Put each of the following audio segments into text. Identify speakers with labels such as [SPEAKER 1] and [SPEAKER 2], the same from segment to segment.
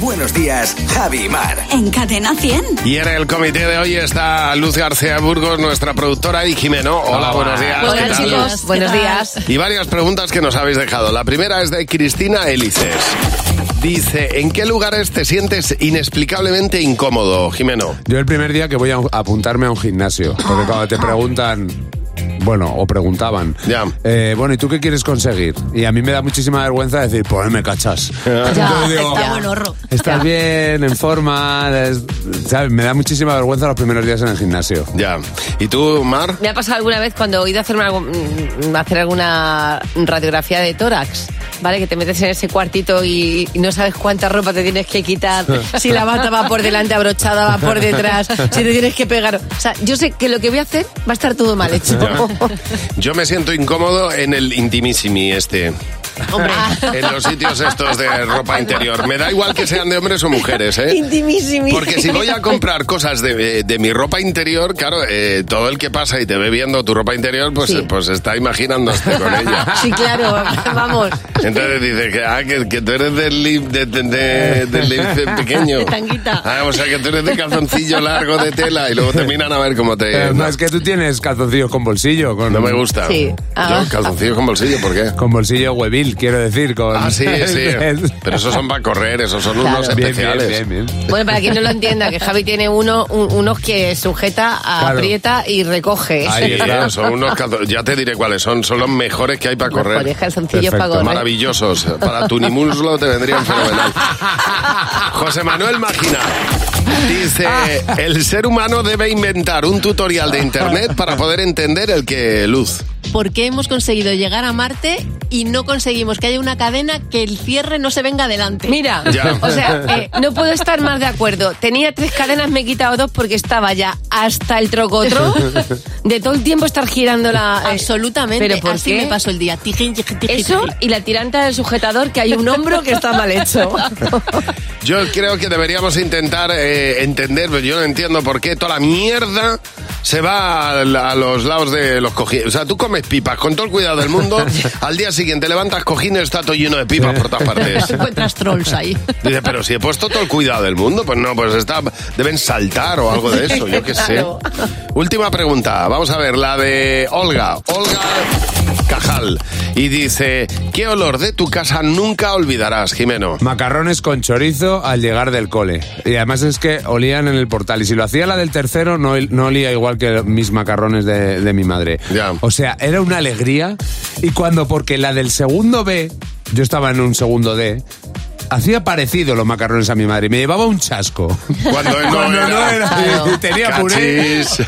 [SPEAKER 1] Buenos días, Javi y Mar.
[SPEAKER 2] En Cadena 100.
[SPEAKER 3] Y en el comité de hoy está Luz García Burgos, nuestra productora, y Jimeno. Hola, buenos días. ¿qué
[SPEAKER 4] Hola
[SPEAKER 3] tal?
[SPEAKER 4] chicos, buenos días.
[SPEAKER 3] Y varias preguntas que nos habéis dejado. La primera es de Cristina Hélices. Dice, ¿en qué lugares te sientes inexplicablemente incómodo, Jimeno?
[SPEAKER 5] Yo el primer día que voy a un- a apuntarme a un gimnasio,
[SPEAKER 3] Ah.
[SPEAKER 5] porque cuando te preguntan, bueno, o preguntaban, eh, bueno, ¿y tú qué quieres conseguir? Y a mí me da muchísima vergüenza decir, pues me cachas. Entonces digo,
[SPEAKER 6] está buen horro.
[SPEAKER 5] Estás bien, en forma, es- ¿sabes? Me da muchísima vergüenza los primeros días en el gimnasio.
[SPEAKER 3] Ya. ¿Y tú, Mar?
[SPEAKER 4] Me ha pasado alguna vez cuando he ido a hacer, una- mm, a hacer alguna radiografía de tórax, ¿vale? Que te metes en ese cuartito y, y no sabes cuánta ropa te tienes que quitar, si la bata va por delante abrochada, va por detrás, si te tienes que pegar. O sea, yo sé que lo que voy a hacer va a estar todo mal hecho.
[SPEAKER 3] Ya. Yo me siento incómodo en el intimissimi este.
[SPEAKER 4] Hombre.
[SPEAKER 3] En los sitios estos de ropa interior. Me da igual que sean de hombres o mujeres, ¿eh?
[SPEAKER 4] Intimísimo.
[SPEAKER 3] Porque si voy a comprar cosas de, de mi ropa interior, claro, eh, todo el que pasa y te ve viendo tu ropa interior, pues,
[SPEAKER 4] Sí.
[SPEAKER 3] eh, pues está imaginándose con ella.
[SPEAKER 4] Sí, claro, vamos.
[SPEAKER 3] Entonces dice que, ah, que, que tú eres del lip, de, de- de- del lip pequeño.
[SPEAKER 4] De tanguita.
[SPEAKER 3] Ah, o sea, que tú eres de calzoncillo largo de tela y luego te miran a ver cómo te...
[SPEAKER 5] Eh, no, es que tú tienes calzoncillos con bolsillo. Con...
[SPEAKER 3] No me gusta.
[SPEAKER 4] Sí. Ah.
[SPEAKER 3] Yo, calzoncillos con bolsillo, ¿por qué?
[SPEAKER 5] Con bolsillo huevil, quiero decir. Con...
[SPEAKER 3] Ah, sí, sí. Pero esos son para correr, esos son
[SPEAKER 5] Claro.
[SPEAKER 3] unos
[SPEAKER 5] Bien, bien,
[SPEAKER 3] especiales.
[SPEAKER 5] bien, bien.
[SPEAKER 4] Bueno, para quien no lo entienda, que Javi tiene uno, un- unos que sujeta,
[SPEAKER 3] Claro.
[SPEAKER 4] aprieta y recoge.
[SPEAKER 3] Ahí está, eh, son unos calzo- ya te diré cuáles son, son los mejores que hay para correr.
[SPEAKER 4] Mejores calzoncillos
[SPEAKER 3] Perfecto,
[SPEAKER 4] para correr.
[SPEAKER 3] Maravillosos, para tu nimuslo te vendrían fenomenal. José Manuel Magina dice, el ser humano debe inventar un tutorial de internet para poder entender el que luz.
[SPEAKER 6] ¿Por qué hemos conseguido llegar a Marte y no conseguimos que haya una cadena que el cierre no se venga adelante?
[SPEAKER 4] Mira,
[SPEAKER 3] Ya.
[SPEAKER 4] o sea, eh, no puedo estar más de acuerdo. Tenía tres cadenas, me he quitado dos porque estaba ya hasta el trocotro de todo el tiempo estar girando la... eh,
[SPEAKER 6] Absolutamente.
[SPEAKER 4] ¿Pero por
[SPEAKER 6] Así
[SPEAKER 4] qué?
[SPEAKER 6] me paso el día. Tijín, tijín, tijín,
[SPEAKER 4] Eso
[SPEAKER 6] tijín.
[SPEAKER 4] y la tiranta del sujetador que hay un hombro que está mal hecho.
[SPEAKER 3] Yo creo que deberíamos intentar eh, entender, pero yo no entiendo por qué toda la mierda se va a, la- a los lados de los cojines. O sea, tú comes pipas con todo el cuidado del mundo, al día siguiente levantas cojines, está todo lleno de pipas por todas partes.
[SPEAKER 6] Encuentras trolls ahí.
[SPEAKER 3] Dice, pero si he puesto todo el cuidado del mundo, pues no, pues está, deben saltar o algo de eso, yo qué sé.
[SPEAKER 4] Claro.
[SPEAKER 3] Última pregunta, vamos a ver, la de Olga. Olga Cajal. Y dice, ¿qué olor de tu casa nunca olvidarás, Jimeno?
[SPEAKER 5] Macarrones con chorizo al llegar del cole. Y además es que olían en el portal. Y si lo hacía la del tercero, no, no olía igual que mis macarrones de, de mi madre.
[SPEAKER 3] Ya.
[SPEAKER 5] O sea, era una alegría. Y cuando, porque la del segundo B, yo estaba en un segundo D, hacía parecido los macarrones a mi madre. Y me llevaba un chasco.
[SPEAKER 3] Cuando no
[SPEAKER 5] Cuando
[SPEAKER 3] era.
[SPEAKER 5] no era.
[SPEAKER 6] Claro.
[SPEAKER 5] Y tenía puré.
[SPEAKER 3] Cachis.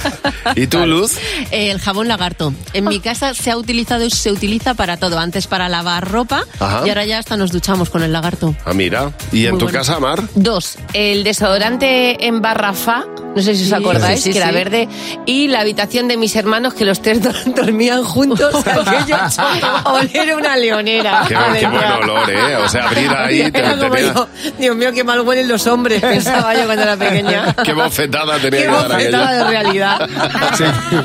[SPEAKER 3] ¿Y tú, Luz?
[SPEAKER 6] Eh, el jabón lagarto. En
[SPEAKER 4] Ah.
[SPEAKER 6] mi casa se ha utilizado y se utiliza para todo. Antes para lavar ropa
[SPEAKER 3] Ajá.
[SPEAKER 6] y ahora ya hasta nos duchamos con el lagarto.
[SPEAKER 3] Ah, mira. ¿Y en tu casa, Mar?
[SPEAKER 4] Dos, el desodorante en barrafa, no sé si os
[SPEAKER 6] Sí,
[SPEAKER 4] acordáis,
[SPEAKER 6] sí, sí,
[SPEAKER 4] que era
[SPEAKER 6] sí.
[SPEAKER 4] verde, y la habitación de mis hermanos, que los tres dor- dormían juntos, aquello oler una leonera.
[SPEAKER 3] Qué,
[SPEAKER 4] Madre
[SPEAKER 3] qué
[SPEAKER 4] mía.
[SPEAKER 3] buen olor, ¿eh? O sea, abrir ahí, te,
[SPEAKER 4] Ah, Era como
[SPEAKER 3] tenía-
[SPEAKER 4] yo, Dios mío, qué mal huelen los hombres, pensaba yo cuando era pequeña.
[SPEAKER 3] qué bofetada tenía
[SPEAKER 4] Qué
[SPEAKER 3] que dar
[SPEAKER 4] bofetada
[SPEAKER 3] aquello.
[SPEAKER 4] de realidad.
[SPEAKER 5] Sí.